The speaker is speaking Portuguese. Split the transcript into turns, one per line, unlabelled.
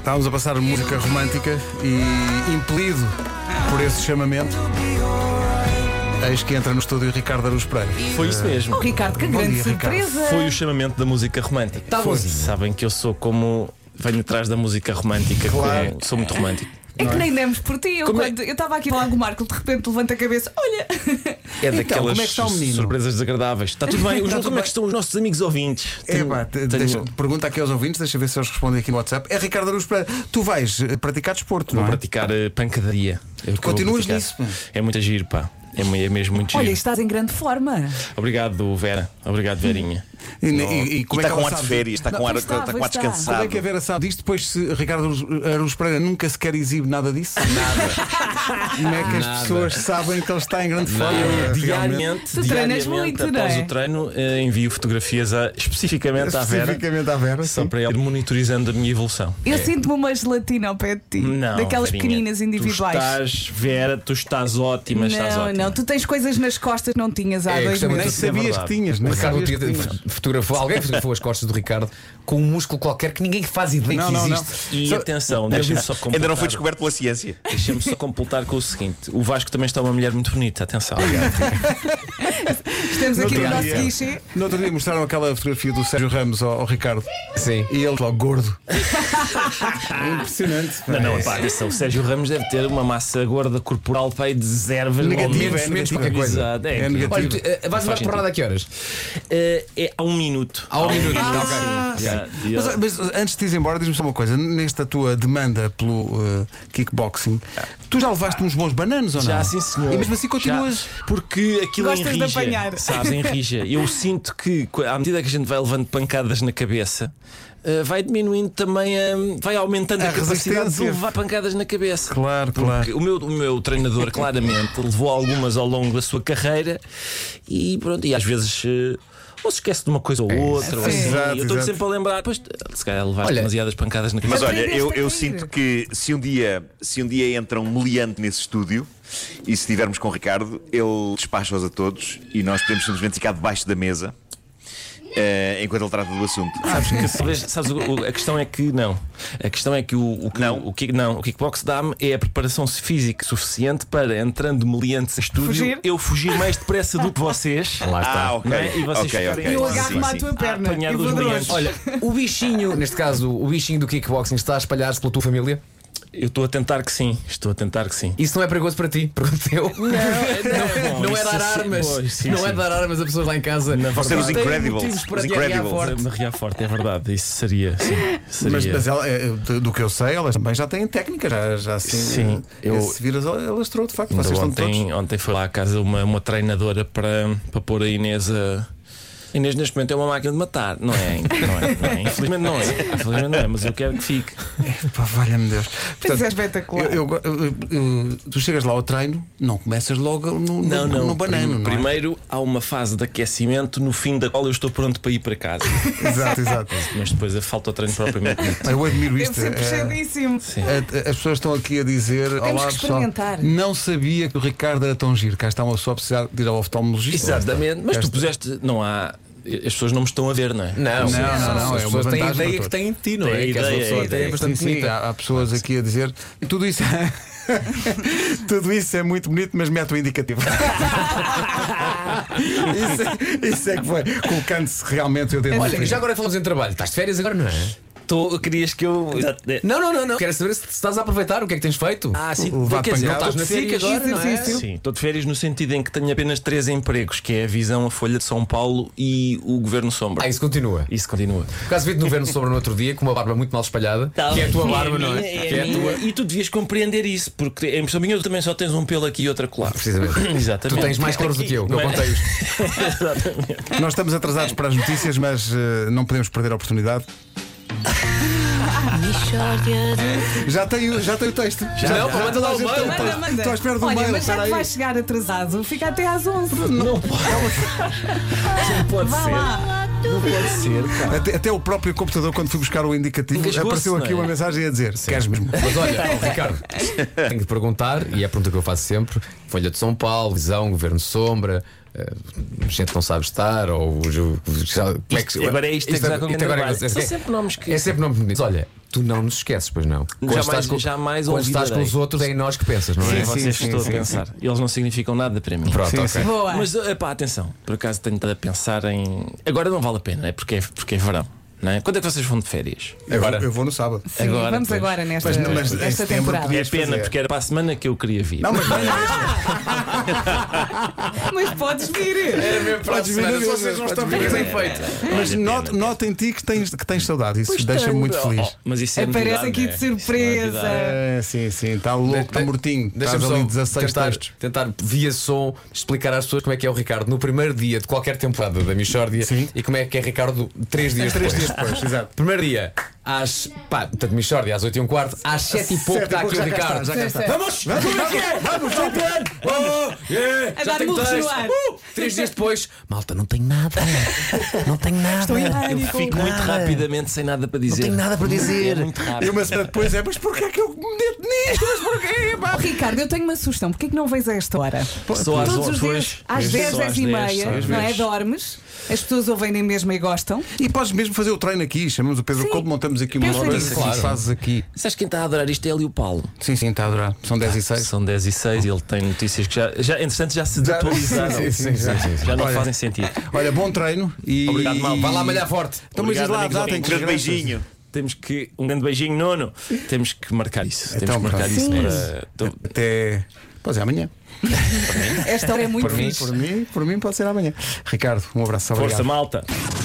Estávamos a passar música romântica e impelido por esse chamamento. Eis que entra no estúdio Ricardo Aruz Pereira.
Foi isso mesmo.
Oh, Ricardo, que
Bom
grande
dia, Ricardo.
surpresa!
Foi o chamamento da música romântica.
Tá bonzinho.
Sabem que eu sou como. Venho atrás da música romântica.
Claro.
como- Sou muito romântico.
É que nem demos por ti. Eu
Como é-
quando- eu estava aqui a falar com o Marco, de repente levanta a cabeça, olha!
É
Então,
daquelas
como é que está o menino?
surpresas desagradáveis. Está tudo bem? Os-
Está tudo
como é
bem.
que estão os nossos amigos ouvintes?
É, pá, te- deixa- pergunta aqui aos ouvintes, deixa ver se eles respondem aqui no WhatsApp. É Ricardo Aruz Pereira, tu vais eh, praticar desporto,
Vou
não é?
praticar eh, pancadaria. Eu que vou
Continuas
praticar.
nisso, pá.
É muito giro, pá. É, mu- é mesmo muito
Olha,
giro.
estás em grande forma.
Obrigado, Vera. Obrigado, Verinha.
E, e- e
E
como
está
é que ela
com ar de
sabe?
férias, está com ar,
pois está,
está com
pois
ar
está.
Como
descansado.
é que a Vera sabe disto depois se Ricardo Aruz- Aruz Pereira nunca sequer exibe nada disso? Nada. Como é que as pessoas sabem que ele está em grande forma? realmente?
Diariamente,
Tu treinas
diariamente
muito, não
após
é?
o treino, eh, envio fotografias a- especificamente, à Vera.
Especificamente à Vera.
Só
sim.
para ele ir monitorizando a minha evolução.
Eu sinto-me uma gelatina ao pé de ti.
Não,
daquelas
Verinha,
pequeninas individuais.
Tu estás, Vera, tu estás ótima, estás
não,
ótima.
não, tu tens coisas nas costas que não tinhas há
É,
dois
gostava
Nem
meses.
de-
sabias que
verdade.
tinhas, nem
Ricardo
sabias que
tira-
tinhas.
fotografou, alguém fotografou as costas do Ricardo com um músculo qualquer que ninguém faz ideia
Não,
que
não, não.
existe.
E
Só-
atenção, deixa-me só completar.
Ainda não foi descoberto pela ciência.
Deixa-me só completar com o seguinte: o Vasco também está uma mulher muito bonita, atenção.
Estamos aqui no
outro
nosso
dia.
guichê.
No outro dia mostraram aquela fotografia do Sérgio Ramos ao, ao Ricardo
Sim.
e ele logo gordo. É Impressionante.
Não, não, pá, atenção, o Sérgio Ramos deve ter uma massa gorda corporal pá, aí de zero mas
Negativo,
menos-
é
menos
negativo.
qualquer coisa. Exato,
É
é, aquilo.
negativo.
Olha, tu, eh, vais levar
Faz
para a que horas?
Eh, é há um minuto. Ah,
Há um minuto, ok.
sim. Yeah, yeah.
Mas, mas antes de ir embora, diz-me só uma coisa: nesta tua demanda pelo eh, kickboxing, tu já levaste uns bons bananos ou não?
Já, sim, senhor.
E mesmo assim continuas.
Já, porque aquilo
Gostas de
enrija.
apanhar.
Sabes, enrija. Eu sinto que, co- à medida que a gente vai levando pancadas na cabeça, eh, vai diminuindo também, a, vai aumentando a,
A
capacidade de
resistência.
levar pancadas na cabeça.
Claro,
Porque o meu, o meu treinador, claramente, levou algumas ao longo da sua carreira e pronto, e às vezes. eh, ou se esquece de uma coisa ou outra, ou
Sim.
assim.
É Exato,
eu estou
exato.
sempre a lembrar, pois, se calhar levaste
Olha,
demasiadas pancadas na cabeça.
Mas olha,
Aprendeste
eu,
a
eu
rir.
sinto que se um dia, se um dia entra um meliante nesse estúdio e se estivermos com o Ricardo, ele despacha-os a todos e nós podemos simplesmente ficar debaixo da mesa eh, enquanto ele trata do assunto.
Sabes que talvez- sabes, o- o- a questão é que não. A questão é que o, o, que-
Não.
o, que- não, o kickbox dá-me é a preparação física suficiente para, entrando meliantes a estúdio,
Fugir?
eu fugir mais depressa do que vocês. Lá
tá.
Ah, ok.
Né? E vocês
Ok,
ficarem
ok.
Eu
Sim,
agarro-me à
sim.
tua perna.
apanhar
e
dos
vou de
brilhantes.
longe.
Olha, o bichinho, neste caso, o bichinho do kickboxing está a espalhar-se pela tua família?
Eu estou a tentar que sim. Estou a tentar que sim.
Isso não é perigoso para ti, pergunto eu. Não, não,
não,
é
isso
dar
sim,
armas.
pois, sim,
não é
sim.
dar armas a pessoas lá em casa.
Vão ser
os
Têm
Incredibles,
motivos para
os
guerrear
Incredibles.
forte.
Maria forte, é verdade. Isso seria. Sim, seria.
Mas, mas ela, eh, do- do que eu sei, elas também já têm técnica, já, já assim.
Sim,
eh,
eu-
Se viras, elas trouxeram, de facto,
Ainda
vocês estão todos.
ontem, ontem foi lá à casa uma, uma treinadora para, para pôr a Inês a. a Inês neste momento é uma máquina de matar, não é? Não é, não é. Infelizmente não é. Infelizmente não é, mas eu quero que fique.
Pá, valha-me Deus.
Mas
Portanto,
é espetacular.
eu- eu- eu- eu- tu chegas lá ao treino, não começas logo no, no- no banano.
Prim-
não é?
Primeiro há uma fase de aquecimento, no fim da qual eu estou pronto para ir para casa.
Exato, exato.
mas depois falta o treiro propriamente. dito.
Eu admiro
Deve
isto.
ser
eh,
puxadíssimo.
Sim.
A- a- As pessoas estão aqui a dizer Olá,
que
pessoal,
experimentar."
Não sabia que o Ricardo era tão giro Cá está uma pessoa a precisar de ir ao oftalmologista
Exatamente, mas tu puseste. Não há. As pessoas não me estão a ver, não é?
Não, não,
Não,
não,
As
é uma
pessoas têm
vantagem
a
para
ideia
todos.
que têm de ti, não
Têm
é?
a
Que és uma
ideia,
pessoa
é a
até
ideia.
bastante
Sim, sim,
bonita.
há, há pessoas aqui a dizer Tudo isso é Tudo isso é muito bonito Mas mete o indicativo isso, é- isso é que foi Colocando-se realmente o dedo na
Olha,
ferida.
já agora falamos em trabalho. Estás de férias agora, não é?
Tô, querias que eu.
Não, não, não, não. Quero saber se estás a aproveitar, o que é que tens feito?
Eh, Ah, sim,
Levar
quer dizer,
pancada.
estou de
Estás na
férias.
SIC agora, não é?
Sim, Sim, estou de férias no sentido em que tenho apenas três empregos, que é a visão, a Folha de São Paulo e o Governo Sombra.
Ah, isso continua.
Isso continua.
Por acaso vi-te no Verno Sombra no outro dia com uma barba muito mal espalhada.
Tá
que é a tua barba, não é?
minha,
que é a
minha.
tua.
E tu devias compreender isso, porque em impressão minha tu também só tens um pelo aqui e outra colar.
Precisamente.
Exatamente.
Tu tens mais cores do que eu, que eu
Mas-
contei-os.
Nós estamos atrasados para as notícias Mas eh, não podemos perder a oportunidade
Mishória de
Já tenho, já tenho o texto Já,
Não, manda lá o
já tenho
mail.
texto.
Manda, manda.
Estou à espera do
Olha,
mail
mas já
espera
que
aí.
vais chegar atrasado, fica até às 11.
Não pode, não pode
Vá
ser.
lá.
Não pode ser, cara.
Até, até o próprio computador, quando fui buscar o indicativo,
Engasgou-se,
apareceu aqui
não é?
uma mensagem a dizer: Queres mesmo?
Mas
Tá
olha, ó, Ricardo, tenho de perguntar, e é a pergunta que eu faço sempre: Folha de São Paulo, Visão, Governo Sombra, eh, gente que não sabe estar, ou. ou- ou- já- como é que-
Isto- agora é isto, é que já com quem
agora é-
trabalho.
é-
São sempre nomes que-
É sempre nomes bonitos. Olha, tu não nos esqueces, pois não. Quando
Jamais-
estás com,
jamais
quando
ouvidarei.
estás com os outros, é em nós que pensas, não é?
Sim,
vocês
sim,
estou
sim,
a
sim,
pensar. Eles não significam nada para mim.
Pronto,
Sim,
ok.
sim.
Boa.
Mas, epá, atenção, por acaso tenho estado a pensar em. Agora não vale a pena, é porque é, porque é verão. Não é? Quando é que vocês vão de férias?
Eu vou- Eu, vou no sábado.
Sim,
agora,
vamos
pois.
agora nesta,
Mas não, mas em
nesta
setembro
temporada.
É
Podias
pena,
fazer.
porque era para a semana que eu queria vir.
Não, mas não é
Mas podes vir.
Podes vir a ver,
vocês não estão bem
Mas not, nota em ti que tens, que tens saudade, isso deixa-me muito feliz.
Oh, mas isso é
Aparece
novidade,
aqui
não é?
de
Isso não é
surpresa.
novidade.
É, sim, sim, está louco, está
De-
mortinho. Estás
Deixa-me só
ali 16
tentar,
textos.
tentar, via som, explicar às pessoas como é que é o Ricardo no primeiro dia de qualquer temporada da Michórdia
Sim.
e como é que é Ricardo três dias
Três
depois.
dias depois, exato.
Primeiro dia, às. pá, portanto, Michórdia, às 8 e um quarto, às 7 e pouco está aqui o Ricardo.
Já cá está.
Vamos! Vamos! Vamos! Vamos! Oh, yeah,
A dar
tenho
murros
texto.
no ar.
Uh, Três dias depois, malta, não tenho nada. Não tenho nada.
Estou em
Eu
pânico.
fico muito rapidamente sem nada para dizer. Não tenho nada para dizer. É muito
E
rápido.
uma semana depois é, mas porquê é que eu me meto nisto? Mas porquê? pá?"
Oh, Ricardo, eu tenho uma sugestão. Porquê que não vens a esta hora?
Só às
Todos
onze,
os dias,
pois.
às
Só
10, 10 e meia,
só às
não é?
dez.
Dormes, as pessoas ouvem nem mesmo e gostam.
E podes mesmo fazer o treino aqui, chamamos o Pedro
Sim.
Couto, montamos aqui uma
Pensa
obra
nisso.
assim,
Claro.
fazes aqui.
Sabes quem está a adorar isto é ali o Paulo.
Sim, sim, está a adorar. São 10 e 6.
São 10 e 6 e ele tem notícias que já, já entretanto, já se desatualizaram.
Sim, sim, sim, sim, sim.
Já não
Olha.
fazem sentido.
Olha, bom treino e.
Obrigado, Mal.
Vai lá malhar forte.
Então, mas diz lá,
Obrigado,
dá,
amigos.
tem
Um
que
grande beijinho.
Temos que. Um grande beijinho, Nono. Temos que marcar isso. Temos
Então,
que marcar
pronto.
isso
Sim.
para. Então,
Até. Pois é, amanhã.
Esta hora é muito
Por mim,
fixe.
por mim, por mim pode ser amanhã. Ricardo, um abraço.
Força,
obrigado.
malta.